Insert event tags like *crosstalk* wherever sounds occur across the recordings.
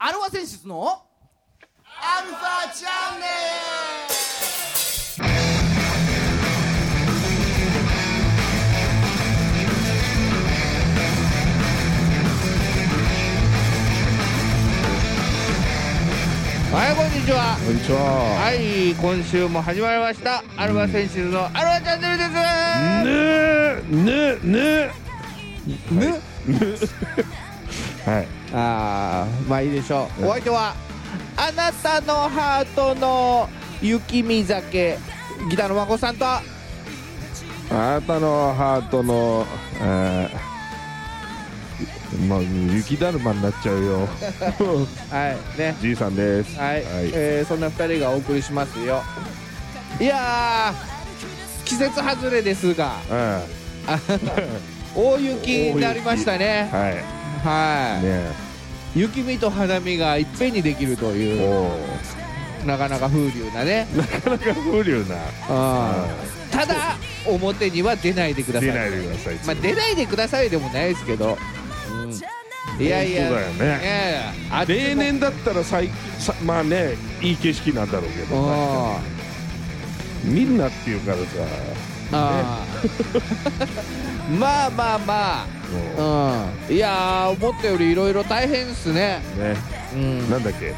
和選出のアルファチャンネはいこんにちはこんにちは。はい今週も始まりましたアルファ選手のアルファチャンネルですぬぬぬぬはい。あーまあいいでしょうお相手はあなたのハートの雪見酒ギターの孫さんとあなたのハートの、えー、まあ雪だるまになっちゃ *laughs* うよ。はいねじいさんです。はい、はい。えーそんな2人がお送りしますよいやー季節外れです *laughs* がああ大雪になりましたねあはい。はい、ね雪見と花見がいっぺんにできるとえ。いうおお。なかなか風流な *laughs* ねなかなか風流な。あーただ表には出ないでください出ないでください。まあ、出ないでくださいでもないですけど、いやいや本当だよねねえあ例年だったら最さまあねいい景色なんだろうけどあみんなっていうからさーあー *laughs* まあまあまもあ、うん、いやー思ったよりいろいろ大変っすね、うねうん、なんだっけ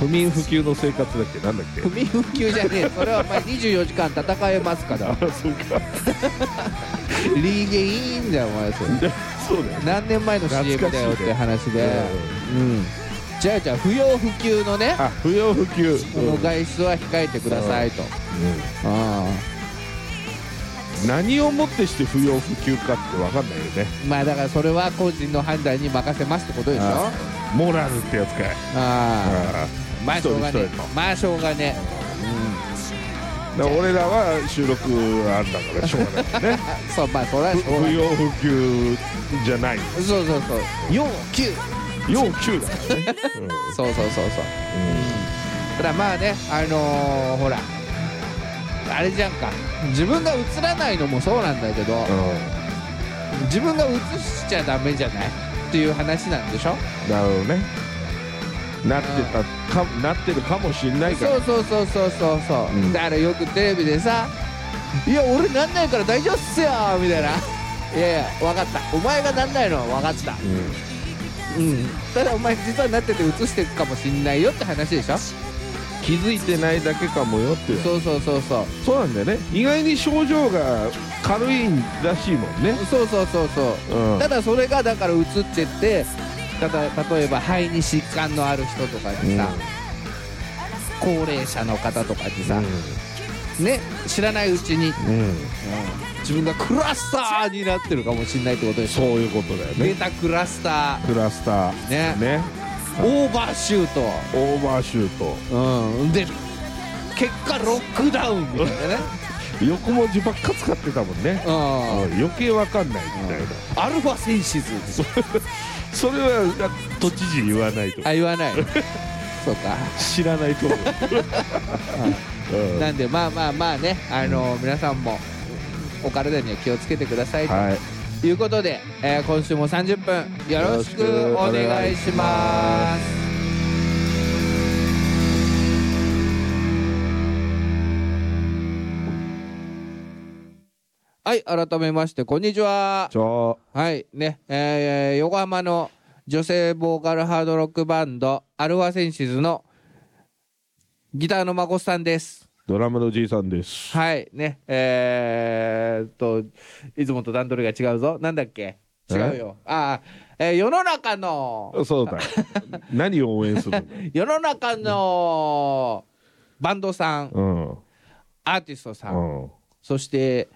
不眠不休の生活だっけなんだっけ不眠不休じゃねえそれはお前24時間戦えますからあそうかリーゲイいいんだよお前それそうだよ何年前の CM だよって話で、うん、じゃあじゃあ不要不急のねあ不要不急この外出は控えてくださいと、うあん何をもってして不要不急かって分かんないよねーまあだからそれは個人の判断に任せますってことでしょあモラルってやつかいああーまあしょうが一人ね一人のまあしょうがねあだから俺らは収録あんだからしょうがないよねそうまあ *laughs* それは不しょうが不ね要不急じゃないそうそうそう要求要急だからね、うんそうそうそうそうただまあねあのーほらあれじゃんか自分が映らないのもそうなんだけど、うん自分が映しちゃダメじゃないっていう話なんでしょなるほどねなってたかなってるかもしんないからそうそうそうそうそうそう、うんだからよくテレビでさ「いや俺なんないから大丈夫っすよ」み *laughs* たいな「いやいや分かったお前がなんないのは分かったうん」うんただお前実はなってて映してるかもしんないよって話でしょそ気づいてないだけかもよっていうそうそうそうそううなんだよね意外に症状が軽いらしいもんねそうそうそうそううんただそれがだから映ってってただ例えば肺に疾患のある人とかにさ、高齢者の方とかにさ、ね知らないうちにうんうん自分がクラスターになってるかもしれないってことでしそうょいうことだよベねタクラスタクラスターーねねオーバーシューオーバーシュートト、うん、で結果ロックダウンみたいなね、 *laughs* 横文字ばっか使ってたもんねうんうん余計わかんないみたいなアルファセンシズそれはあ都知事言わない *laughs* とあ言わない *laughs* そうか知らないと思ううんなんでまあまあまあねあの皆さんもお体には気をつけてくださいとはいいうことで、えー今週も30分よろしくお願いしますはい改めましてこんにちはちょはいねえー横浜の女性ボーカルハードロックバンドアルファセンシズのギターの孫さんですドラムのじいさんですはい、ね、えー、っと、いつもと段取りが違うぞ。なんだっけ違うよ。ああ、えー世の中の、そうだ何を応援する世の中のバンドさん、のアーティストさ、うんん、うん、そして、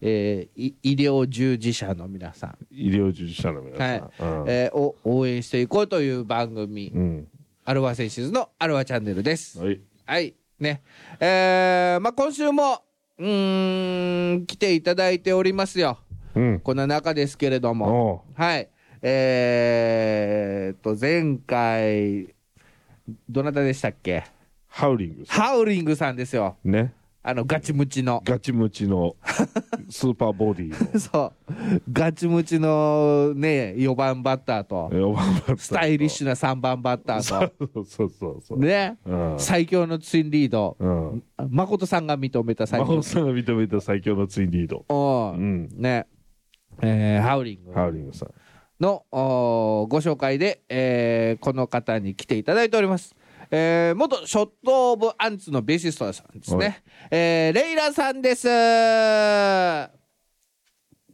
えーい医療従事者の皆さん、医療従事者の皆はいさん、うんえーを応援していこうという番組、うんアルファセンシズのアルファチャンネルです。はいはい。ね。えー、まあ、今週も、うーん、来ていただいておりますよ。うんこんな中ですけれども。おはい。えー、っと、前回、どなたでしたっけハウリングさハウリングさんですよ。んねあのガチムチの *laughs* ガチムチのスーパーボディーそうガチムチのね4番バッターとの *laughs* スタイリッシュな3番バッタそーう *laughs* そうそうそうそとう、ねうん最強のツインリードうん、誠さんが認めた最魔強法さんが認めた最強のツインリードおうーんねえーハウリングハウリングさんのおーご紹介で、えーこの方に来ていただいております。えー元ショット・オブ・アンツのベーシストさんですはね。えーレイラさんです。は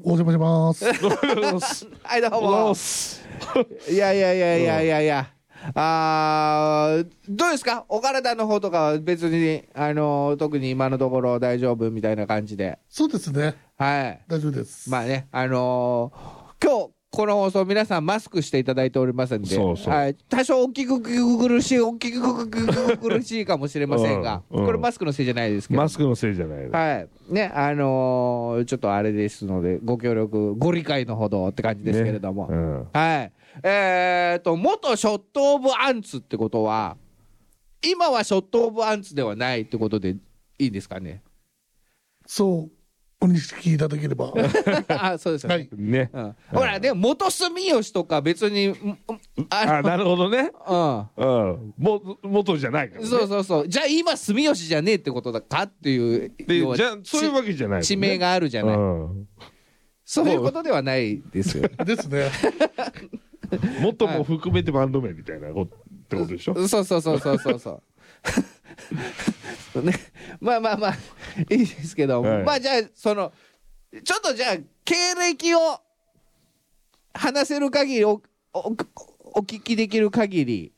お邪魔します。おはようございますい、どうおはようございもま。すいやいやいやいやいやいや。あーどうですかお体の方とかは別に、あのー特に今のところ大丈夫みたいな感じで。そうですね。はい。大丈夫です。まあね、あのー今日この放送皆さんマスクしていただいておりますんで、そうそうはい、多少大きく苦しい、大きく苦しいかもしれませんが、うんうんこれマスクのせいじゃないですけど。マスクのせいじゃないのはい。ね、あのーちょっとあれですので、ご協力、ご理解のほどって感じですけれども。ねうんはい。えー、と、元ショット・オブ・アンツってことは、今はショット・オブ・アンツではないってことでいいですかね。そう、お認識いただけれ *laughs* ば。はあ、そうですよね。い。ねうんほら、でも元住吉とか別に、んああなる *laughs* ほどねのうんも元じゃないから、うね、ん、そうそうそう、じゃあ今住吉じゃねえってことだかっていう、で要はじゃあそういうわけじゃないもんね地名があるじゃない、うんそういうことではないですよ。ですね。元 *laughs* も含めてバンド名みたいなことってことでしょそうそうそうそうそうそう。 *laughs* ね、まあまあまあ、いいですけど、はいまあじゃあ、その、ちょっとじゃあ、経歴を話せる限りお、おお聞きできる限り、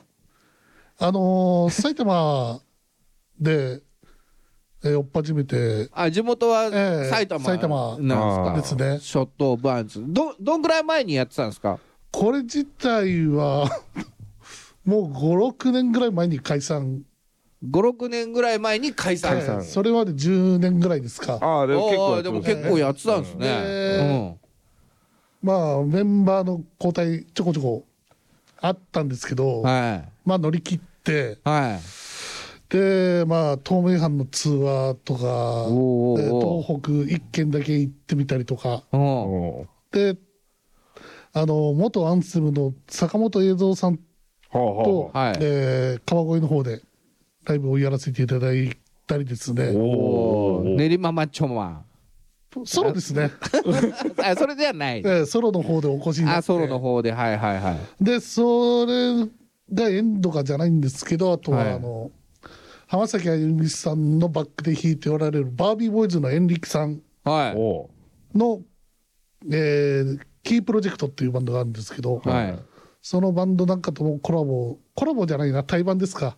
あのー埼玉で、えー追っ始めて、あ地元はええ埼玉埼玉なんあでですかすね。ショット・オブ・アンツどどんぐらい前にやってたんですかこれ自体は、 *laughs* もう5、6年ぐらい前に解散。 56年ぐらい前に解散えーそれまで10年ぐらいですか。ああでも結おー構やってでもます結構やってたんですね、ねまあ、メンバーの交代ちょこちょこあったんですけうど、ん、はまあ乗り切って、いはいで、まあ、東名阪のツアーとか、おーでおー東北一軒だけ行ってみたりとか、おーうんで、あの、元アンセムの坂本栄三さんほうとほ、うはいえー川越の方でライブをやらせていただいたりですね。おおーー練馬マッチョマソロですね。ンあそれではないえーソロの方でお *laughs* 越しになって。あソロの方ではいはいはいで、それがエンドかじゃないんですけど、あとは、はいあの、浜崎あゆみさんのバックで弾いておられるバービーボーイズのエンリキさんはいおの、えーキープロジェクトっていうバンドがあるんですけど、はいそのバンドなんかともコラボ、コラボじゃないな、対バンですか、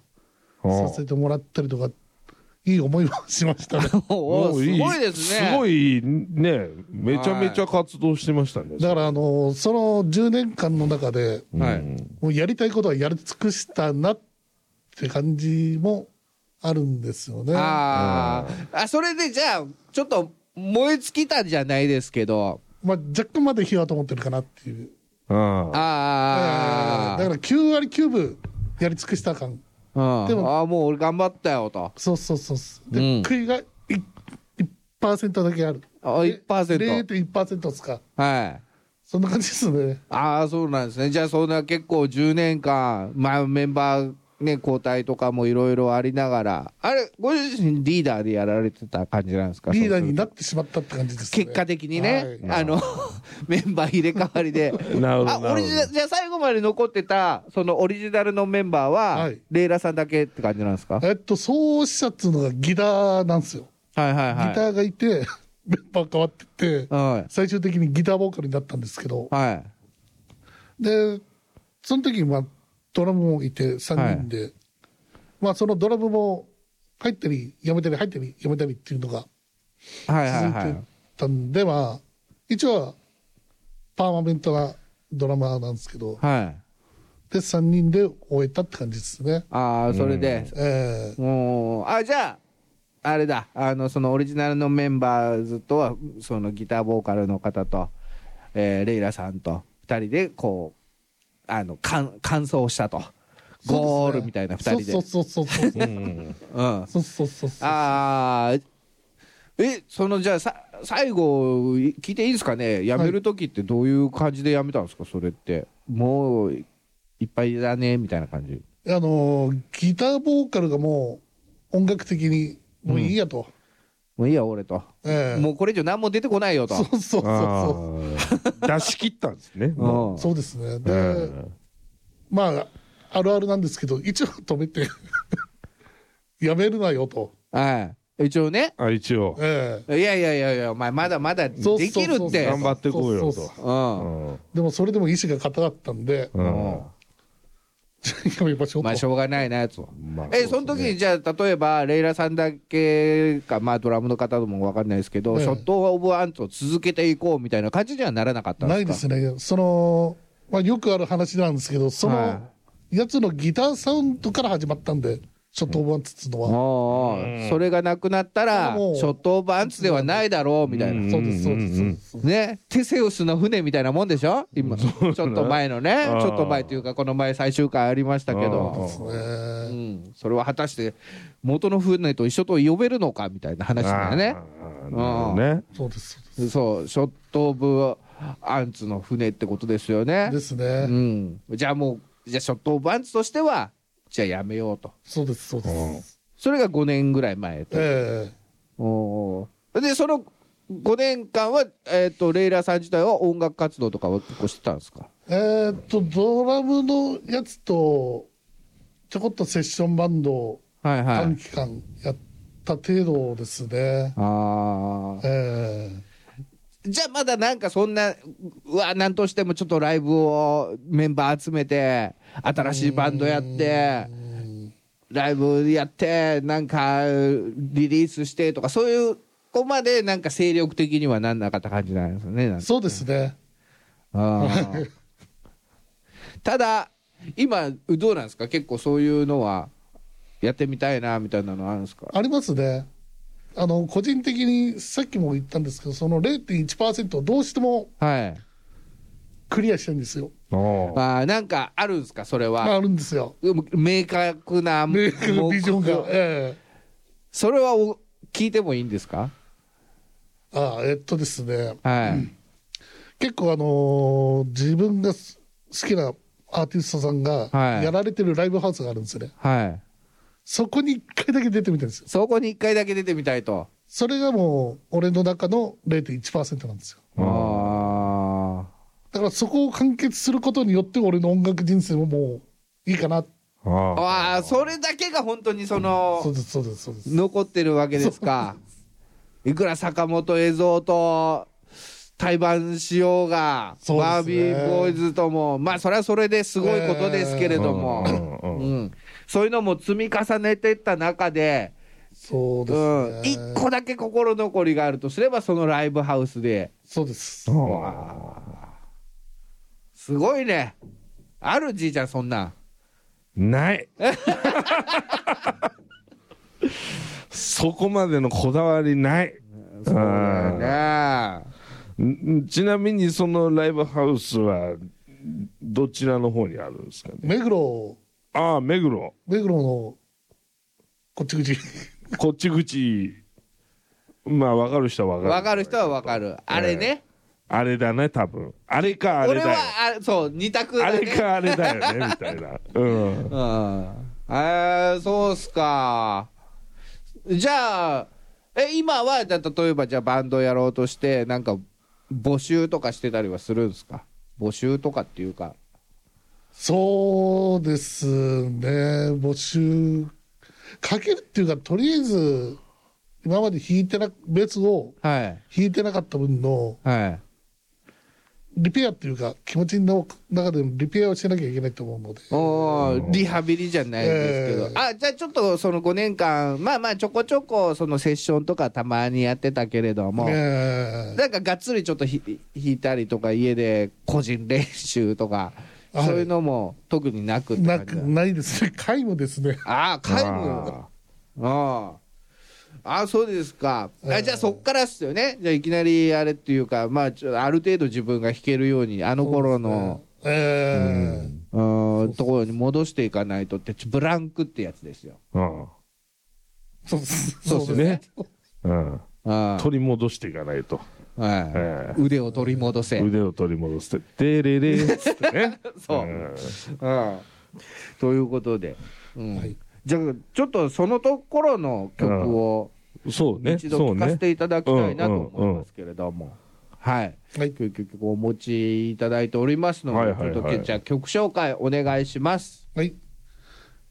うさせてもらったりとか、いい思いはしましたね。おもーうすごいですねすごいね、めちゃめちゃ活動してましたね。だから、あの、その10年間の中で、はいうんもうやりたいことはやり尽くしたなって感じもあるんですよね。あーあそれでじゃあちょっと燃え尽きたんじゃないですけどまあ、若干まで火はと思ってるかなっていう。あああえーだから9割9分やり尽くしたう感。ん、でもああもう俺頑張ったよとそうそうそうそう。で、うん悔いがい1%だけある。あ1% 0.1%ですか。はいそんな感じですね。ああそうなんですねじゃあそんな結構10年間、まあ、メンバーね交代とかもいろいろありながらあれご自身リーダーでやられてた感じなんですかリーダーになっってしまったって感じですね。結果的にね、はいあの *laughs* メンバー入れ替わりであ *laughs* なるほど。あなオリるほジナじゃあ最後まで残ってたそのオリジナルのメンバーは、はいレイラさんだけって感じなんですか、えっと、創始者っていうのがギターなんですよ。はいはいギターがいて、メンバー変わってって、はい最終的にギターボーカルになったんですけど、はいで、その時に、まあ、ドラムもいて3人で、まあ、そのドラムも入ったり、やめたり、入ったり、やめたりっていうのがはいはいは続いていたんで、まあ、一応はパーマメントなドラマーなんですけど、はいで、3人で終えたって感じですね。ああそれで、えーもうあじゃああれだあのそのオリジナルのメンバーズとはそのギターボーカルの方と、えーレイラさんと2人でこうあの完完走したとゴールみたいな2人で *laughs* そうそうそうそうそう。ど。うんうんそうそうそうそう。あーえ、そのじゃあさ、最後、聞いていいですかね、辞めるときってどういう感じで辞めたんですか、それって、もういっぱいだねみたいな感じ、あのギターボーカルがもう音楽的にもういいやと、もういいや、俺と、ええもうこれ以上、何も出てこないよと、そうそうそうそあー出し切ったんですね。もううそうですねうで、うんまああるあるなんですけど一応止めて *laughs* やめるなよと、んはい、一応ね、あ一応、えいやいやいやいや、お前、まだまだでえそうそうきるそうって、頑張ってこうよとそそそうん、でもそれでも意志が固かったんで *laughs* うんうんじゃあやめましょうと、まあ、しょうがないなと。まあえその時にじゃあ、例えばレイラさんだけか、まあ、ドラムの方も分かんないですけど、ええショット・オブ・アントを続けていこうみたいな感じにはならなかったんですかないですねその、まあ、よくある話なんですけどその、はやつのギターサウンドから始まったんでショットオブワンツつのは、おうおううんそれがなくなったら、シもうョット・オブ・アンツではないだろうみたいな、うんそうですそうですそうです、ね、テセウスの船みたいなもんでしょ、今、ちょっと前のね、ちああょっと前というか、この前、最終回ありましたけど、そうですうねん、それは果たして、元の船と一緒と呼べるのかみたいな話だよね、あーなるほどね。そうですそうですそう、ショット・オブ・アンツの船ってことですよね。ですうね、ん、じゃあもう、じゃあ、ショット・オブ・アンツとしては、じゃあやめようと、そうですそうです、それが5年ぐらい前と。えおーでその5年間は、えー、とレイラさん自体は音楽活動とかは結構してたんですかええーっとドラムのやつとちょこっとセッションバンドをはいは短い期間やった程度ですね、あーえじゃあまだなんかそんなうわなんとしてもちょっとライブをメンバー集めて新しいバンドやってえうんライブやってなんかリリースしてとかそういうここまでなんか精力的にはなんなかった感じなんですよねなんか *laughs* そうですねあーただ今どうなんですか結構そういうのはやってみたいなみたいなのあるんですかありますねあの個人的にさっきも言ったんですけどその0.1%をどうしてもはいクリアしたいんですよおーあーなんかあるんですかそれあはあるんですよ明確な明確なビジョン目、が標えそれはお聞いてもいいんですかえあえっとですねはい、結構あのー自分がす好きなアーティストさんがはいやられてるライブハウスがあるんですよね、はいそこに一回だけ出てみたんですよそこに1回だけ出てみたいとそれがもう俺の中の0.1%なんですよあだからそこを完結することによって俺の音楽人生ももういいかなーああーそれだけが本当にそそうのですそうですそうです残ってるわけですかいくら坂本栄三と対バンしようが、そうですねバービーボーイズともまあそれはそれですごいことですけれども、うんうんうんうんそういうのも積み重ねていった中で、そううですん、ね、一個だけ心残りがあるとすればそのライブハウスでそうですあーすごいねあるじいちゃんそんなんない。 *laughs* そこまでのこだわりない。そうだよねんちなみにそのライブハウスはどちらの方にあるんですかね。目黒ああ、目黒。目黒のこっち *laughs* 口こっち口。まあ分かる人は分かる。分かる人は分かるあれね、あれだね、多分。あれかあれ俺だはよ。あれそう二択あだ、ね、れかあれだよね、みたいな。うん。うんえー、そうっすか。じゃあ、え、今は、じゃあ例えば、じゃあバンドやろうとして、なんか、募集とかしてたりはするんですか募集とかっていうか。そうですね募集かけるっていうかとりあえず今まで弾いてなベースをはい。弾いてなかった分のはい。リペアっていうか気持ちの中でもリペアをしなきゃいけないと思うのでおーリハビリじゃないですけど、えあじゃあちょっとその5年間まあまあちょこちょこそのセッションとかたまにやってたけれども、ええなんかがっつりちょっとひ弾いたりとか家で個人練習とか、はいそういうのも特になくってな感じくだないですね *laughs* 皆無ですねああ、皆無。あああ。ああ、そうですか。えあえじゃあそっからっすよね。じゃあいきなりあれっていうか、まあ、ちょある程度自分が弾けるように、あの頃の、ええうーんところに戻していかないとって、ちょブランクってやつですよ。うん。そうですそうですねうん。うあ取り戻していかないと。あはえい、腕を取り戻せ。腕を取り戻して、でれれっつってね。そう、んうんということで、うんはいじゃあ、ちょっとそのところの曲をそうね。一度そう聴かせね。ていただきたいなと思いますけれども、はい、はい今日結局お持ちいただいておりますので、はいはいはいちょっとけんちゃん、曲紹介お願いします。はい。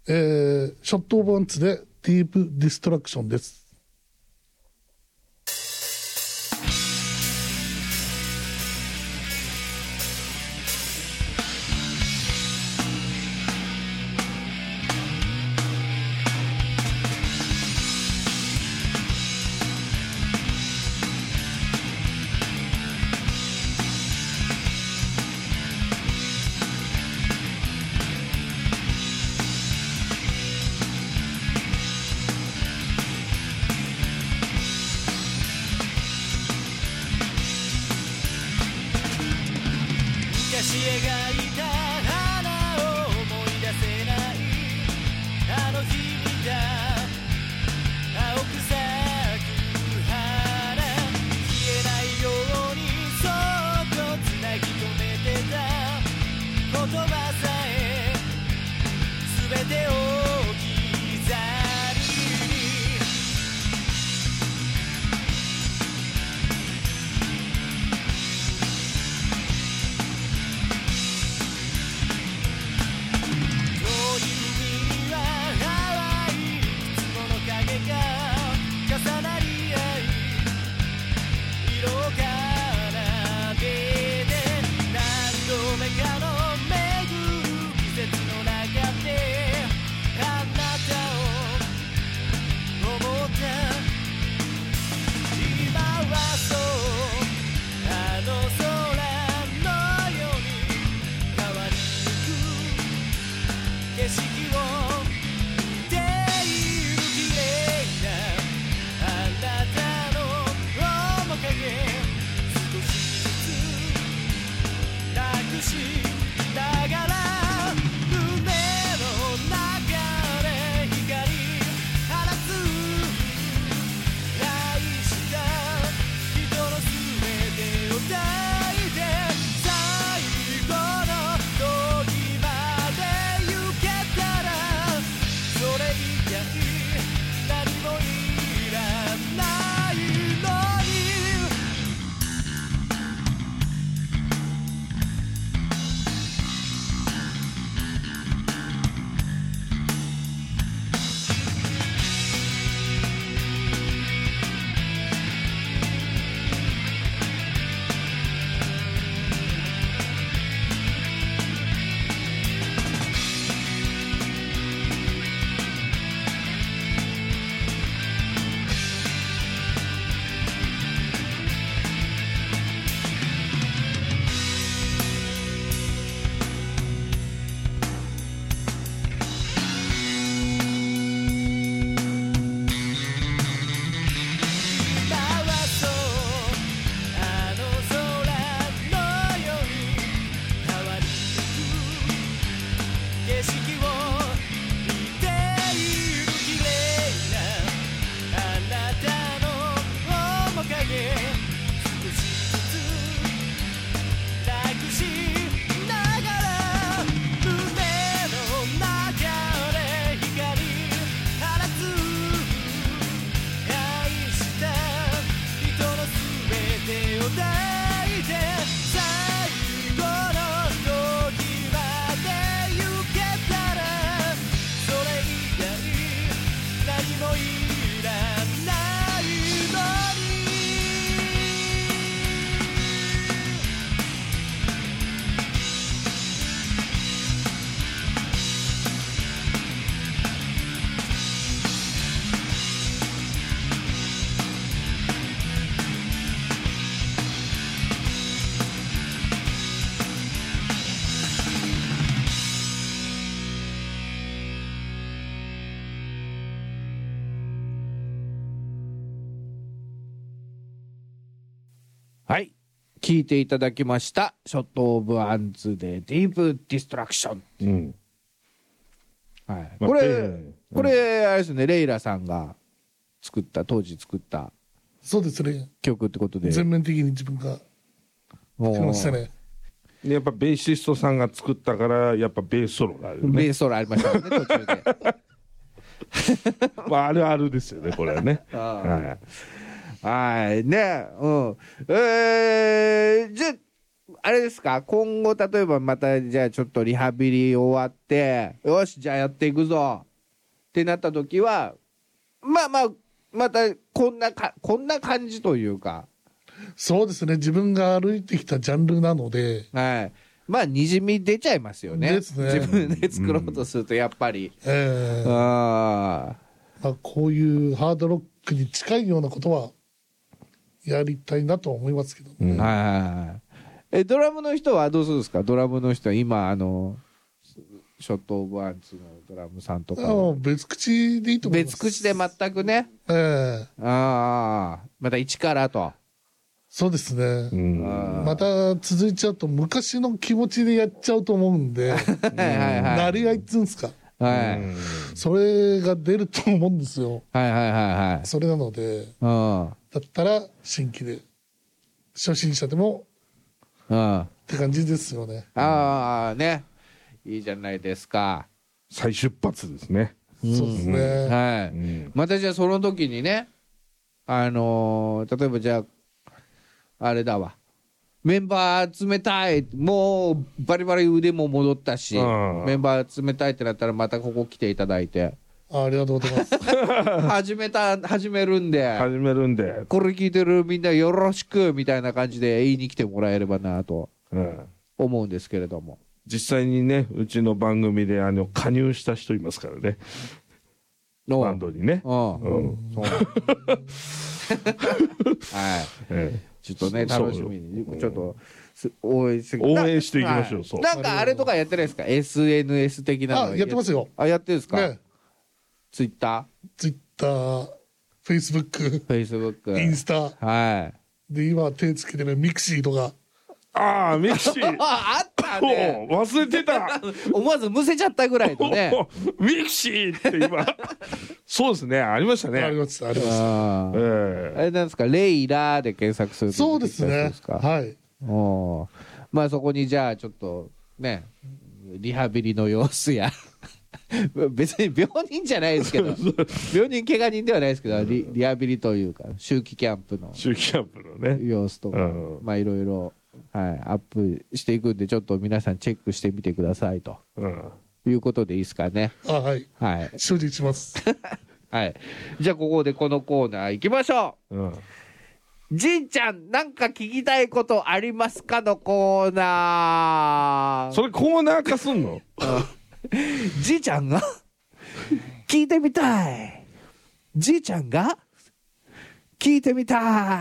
えー、ショットオブアンツでディープディストラクションです。昔描いた花を思い出せないあの日見た青く咲く花消えないようにそっとつなぎ止めてた言葉さえ全てを置き去りに遠い海には淡いいくつもの影が重なり合い色を奏でて何度目かの巡る季節の中であなたを思った今はそうあの空のように変わりゆく景色を見ている綺麗なあなたの面影少しずつなくしながら胸の中で光放つ愛した人の全てを抱いて最後の時まで行けたらそれ以外何もいらないのに「あの空のように」「変わりゆく景色を見ている綺麗なあなたの面影」「少しずつ楽しながら」「胸の中で光放つ」「愛した人の全てを抱いて」「最後の時まで行けたら」「それ以外何もいらないのに」はい聴いていただきました、ショット・オブ・アンズでディープ・ディストラクション。うん。はい、まあこれ、ええこれ、あれですね、レイラさんが作った、当時作ったそうですね。曲ってことで。全面的に自分がお作りましたーね。でやっぱベーシストさんが作ったから、やっぱベースソロが *laughs* あるよベね。ースソロありましたもんね、途中で。まあ、あるあるですよね、これはね。 *laughs* あーはい *laughs* はい、ね、うん。えー、じゃ、あれですか、今後、例えばまた、じゃあちょっとリハビリ終わって、よし、じゃあやっていくぞってなった時は、まあまあ、また、こんなか、こんな感じというか、そうですね。自分が歩いてきたジャンルなので、はい。まあ、にじみ出ちゃいますよね。ですね自分で作ろうとすると、やっぱり。えーあまあ、こういうハードロックに近いようなことはやりたいなとは思いますけど、うんあ、はい。え、ドラムの人はどうするんですかドラムの人は今、あの、ショット・オブ・ワンツのドラムさんとかあは。の別口でいいと思いま別す。口で全くね。えーああ、また一からと。そうですねう。んまた続いちゃうと昔の気持ちでやっちゃうと思うんで、はいはいはい。なり合いっつうんですか。はい、うんそれが出ると思うんですよ。はいはいはいはい。それなので、うん。だったら新規で、初心者でもうん。あって感じですよね。あ、ね。いいじゃないですか。再出発ですね。そうですね。はい。うんまたじゃあその時にね、あのー例えばじゃあ、あれだわ。メンバー集めたい。もう、バリバリ腕も戻ったし、うんメンバー集めたいってなったらまたここ来ていただいて、あありがとうございます。始めた、始めるんで。始めるんで、これ聞いてるみんなよろしくみたいな感じで言いに来てもらえればなとうん思うんですけれども。実際にね、うちの番組であの加入した人いますからね、のバンドにね。うん。うんそうはい。えちょっとね、そう楽しみに。ちょっと、す応援してえ応援していきましょはう、そう。なんかあれとかやってないですか ?SNS 的なの。あ、やってますよ。あ、やってるんですかね、ツイッタツイッター、フェイスブックー、フェイスブック。インスタ。はい。で、今手つけてるミクシーとか。ああ、ミキシー。 *laughs* あ、あったおね。う忘れてた。 *laughs* 思わずむせちゃったぐらいの *laughs* ね。おうミキシーっ *laughs* て今。そうですね、ありましたありね。ました、ありました。あーあえれなんですか、レイラーで検索するとそうで出てきすたりるんねです。かはい。おーまあそこにじゃあちょっとねリハビリの様子や *laughs* 別に病人じゃないですけ *laughs* ど病人怪我人ではないですけどリリハビリというか秋季キャンプのえ周期キャンプのね。様子とか、うんまあいろいろ、はい、アップしていくんでちょっと皆さんチェックしてみてくださいとうんいうことでいいですかねあ、はい。はい、所持します。はい、じゃあここでこのコーナー行きましょううんじんちゃん、なんか聞きたいことありますかのコーナー。それコーナー化すんのじいちゃんが聞いてみたい。じいちゃんが聞いてみた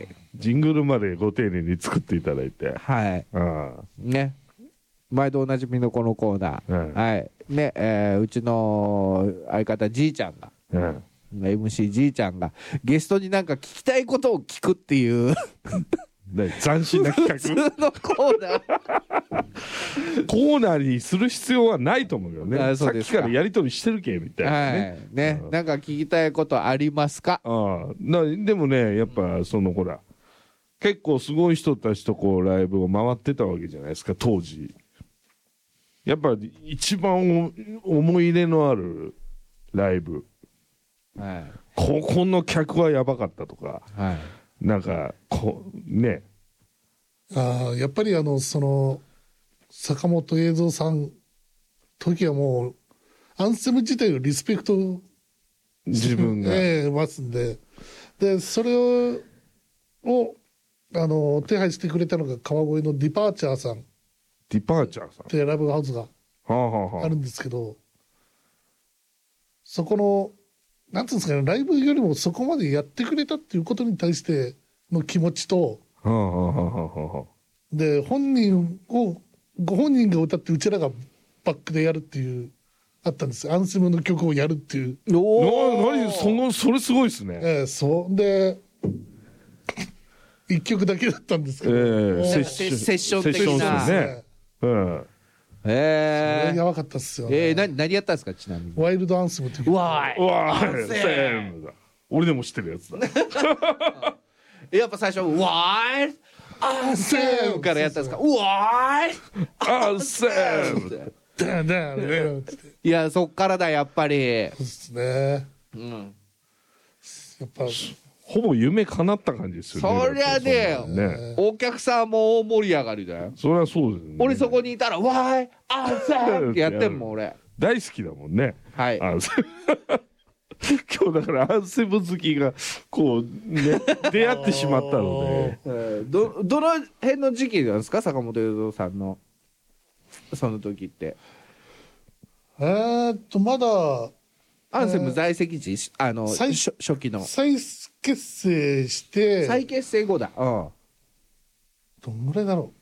い。ジングルまでご丁寧に作っていただいて。はい。うんね。毎度おなじみのこのコーナー。うんはい。ね、えーうちの相方じいちゃんが、うん。 MC じいちゃんが、ゲストになんか聞きたいことを聞くっていう、ね斬新な企普通画。のコーナー。 *laughs* コーナーにする必要はないと思うよね。あそさうっできすかからやりとりしてるけ、みたい *laughs* なね。はい。ねう、んなんか聞きたいことありますかああなでもねやっぱそのほら結構すごい人たちとこうライブを回ってたわけじゃないですか当時やっぱ一番お思い入れのあるライブはここの客はやばかったとかい。はい。なんかこうねああ、やっぱりあの、その、坂本栄三さん時はもう、アンセム自体をリスペクト自分が、ええますんで。で、それを、をあの、手配してくれたのが川越のディパーチャーさんっディパーチャーさんていうライブハウスがはあはあはあるんですけど、そこの、なんていうんですかね、ライブよりもそこまでやってくれたっていうことに対しての気持ちと、あはあはあはあはあはで、本人を、ご本人が歌って、うちらがバックでやるっていう、あったんですよアンセムの曲をやるっていう。あおな何そのそれすごいですねええそう。で、一曲だけだったんですえけど、えセッションセッション的なですねうんえやー、ばかったっすよ、ね。えー、何、何やったんですか、ちなみに。ワイルドアンセムっていう曲わーい。わあ、セームだ。俺でも知ってるやつだ。やっぱ最初、わーい、あーセーからやったんですか、わーい、あーせーだよだよだよつっていや、そっからだ、やっぱり。そうですねうん、やっぱほぼ夢叶った感じですよね。そりゃねだってそんなのねお客さんも大盛り上がりだよ。そりゃそうですよね。俺そこにいたら、わーい、あーセーってやってんもん、俺。大好きだもんね。はい。あせ *laughs* 今日だからアンセム好きがこう *laughs* ね出会ってしまったのでえーど、どの辺の時期なんですか、坂本雄三さんの。その時って。えーっとまだアンセム在籍時、あの、最初初期の。再結成して再結成後だ。うん。どんぐらいだろ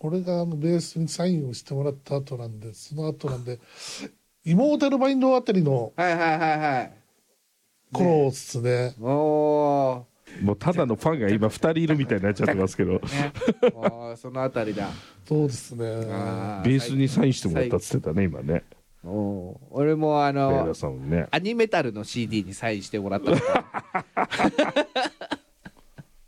う俺があのベースにサインをしてもらった後なんでその後なんでイモータルバインドあたりのはいはいはいはい。頃ですねおもうただのファンが今2人いるみたいになっちゃってますけどー、ね、 *laughs* おーそのあたりだ。そうですねあベースにサインしてもらったっつってたね今ねおー俺もあレイラの、さんもねアニメタルの CD にサインしてもらったことある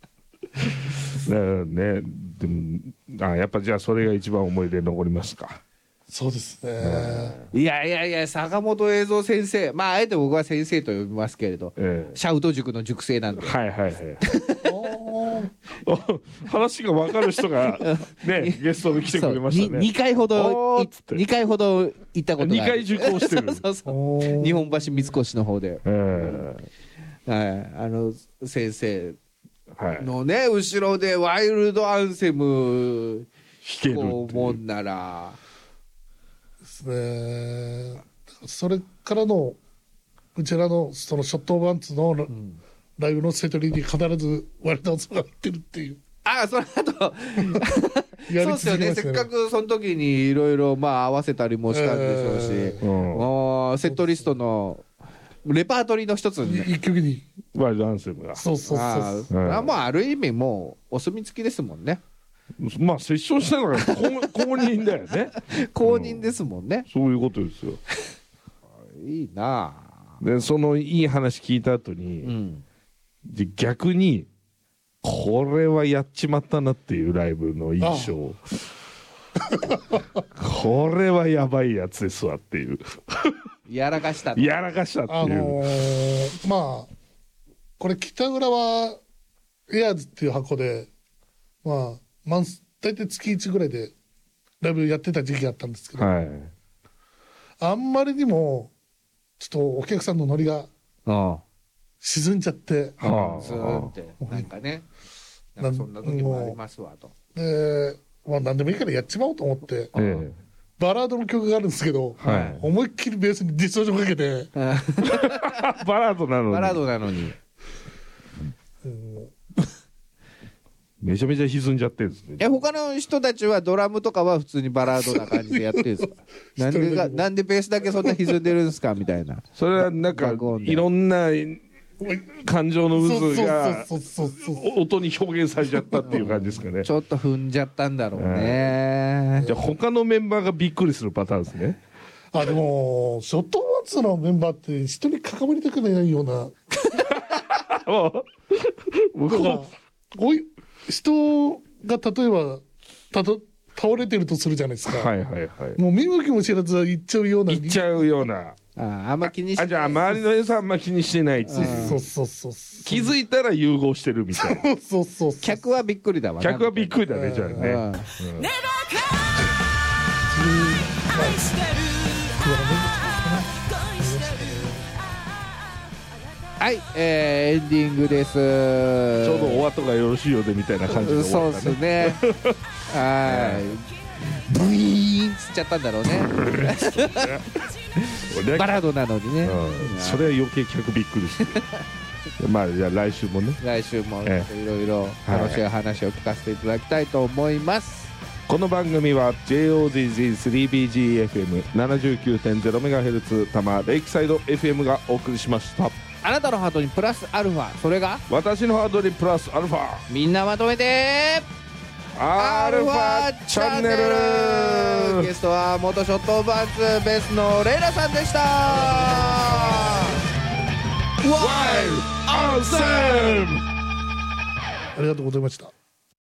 だからねでもあやっぱじゃあそれが一番思い出に残りますかそうですね、 *laughs* いやいやいや、坂本映像先生。まあ、あえて僕は先生と呼びますけれど。ええシャウト塾の塾生なんで。はいはいはい *laughs* *laughs* おーお話が分かる人が *laughs* ねゲストで来てくれました2ね回ほどおーいっつって二回ほど行ったこと2がある回受講してる *laughs* そうそうおー日本橋三越の方で、ええはい、あの先生はい弾のね後ろでワイルドアンセムけるってこういもうんならですね。それからの、うちらのそのショットオブアンツのラライブのセトリに必ず割れた音が入ってるっていう。あその後やそうりですよね続けましたせっよねかくその時にいろいろまあ合わせたりもしたんでしょうし、えうーんあーセットリストのレパートリーの一つに、ね、い一曲に。ワイルドアンセムがそうそうあそう。ーうんあもうある意味もうお墨付きですもんねまあ、セッションしたのが公 *laughs* 公認だよね。公認ですもんね、そういうことですよ。いいなあで、そのいい話聞いた後に、うんで逆に、これはやっちまったなっていうライブの印象。 *laughs* これはやばいやつですわっていう。やらかしたのやらかしたっていう。あのーまあ、これ北浦は、エアーズっていう箱で、まあ、マンス、大体月1ぐらいでライブやってた時期があったんですけど、はい。あんまりにも、ちょっとお客さんのノリがあ沈んじゃって、はああずーってなんかねなんかそんな時もありますわとで、まあ何でもいいからやっちまおうと思って、えバラードの曲があるんですけど、はい思いっきりベースにディストーションかけて、えバラードなのに。バラードなのにうんめちゃめちゃ歪んじゃってるんですね。え他の人たちはドラムとかは普通にバラードな感じでやってるん *laughs* ですかなんでがなんでベースだけそんな歪んでるんですかみたいなそれはなんか爆音、でいろんなおい感情のそう渦がそうそうそうそう。音に表現されちゃったっていう感じですかねち。ょっと踏んじゃったんだろうねじゃあ他のメンバーがびっくりするパターンですね。あ、でも、ショットワンツのメンバーって人に関わりたくないような、もう、向なんこかおい、人が例えば、たと、倒れてるとするじゃないですう。か。はいはいはい。もう見向きも知らず行っちゃうような。行っちゃうような。あああんま気にしあ、じゃあ周りの演奏あんま気にしてないっていう。そうそうそうそう。気づいたら融合してるみたいな。そうそうそうそう。客はびっくりだわ客はびっくりだね、うんじゃありね。ネバー愛してる愛してるはい、えーエンディングです。ちちょょうどお後がよろしいようでみたいな感じで終そわうっでたすね。ね。 *laughs* はい。ブイーンっつっちゃったんだろうね。俺バねラードなのにね。うんそれは余計客びっくりしてる。まあじゃあ来週もね。来週もいえろいろ楽しい話を聞かせていただきたいと思います。この番組は JOZZ3BGFM79.0MHz 多摩レイクサイド FM がお送りしました。あなたのハートにプラスアルファ、それが私のハードにプラスアルファ。みんなまとめてアルファチャンネルゲストは元ショットオブアンツベースのレイラさんでした。ワイルアンセムありがとうございました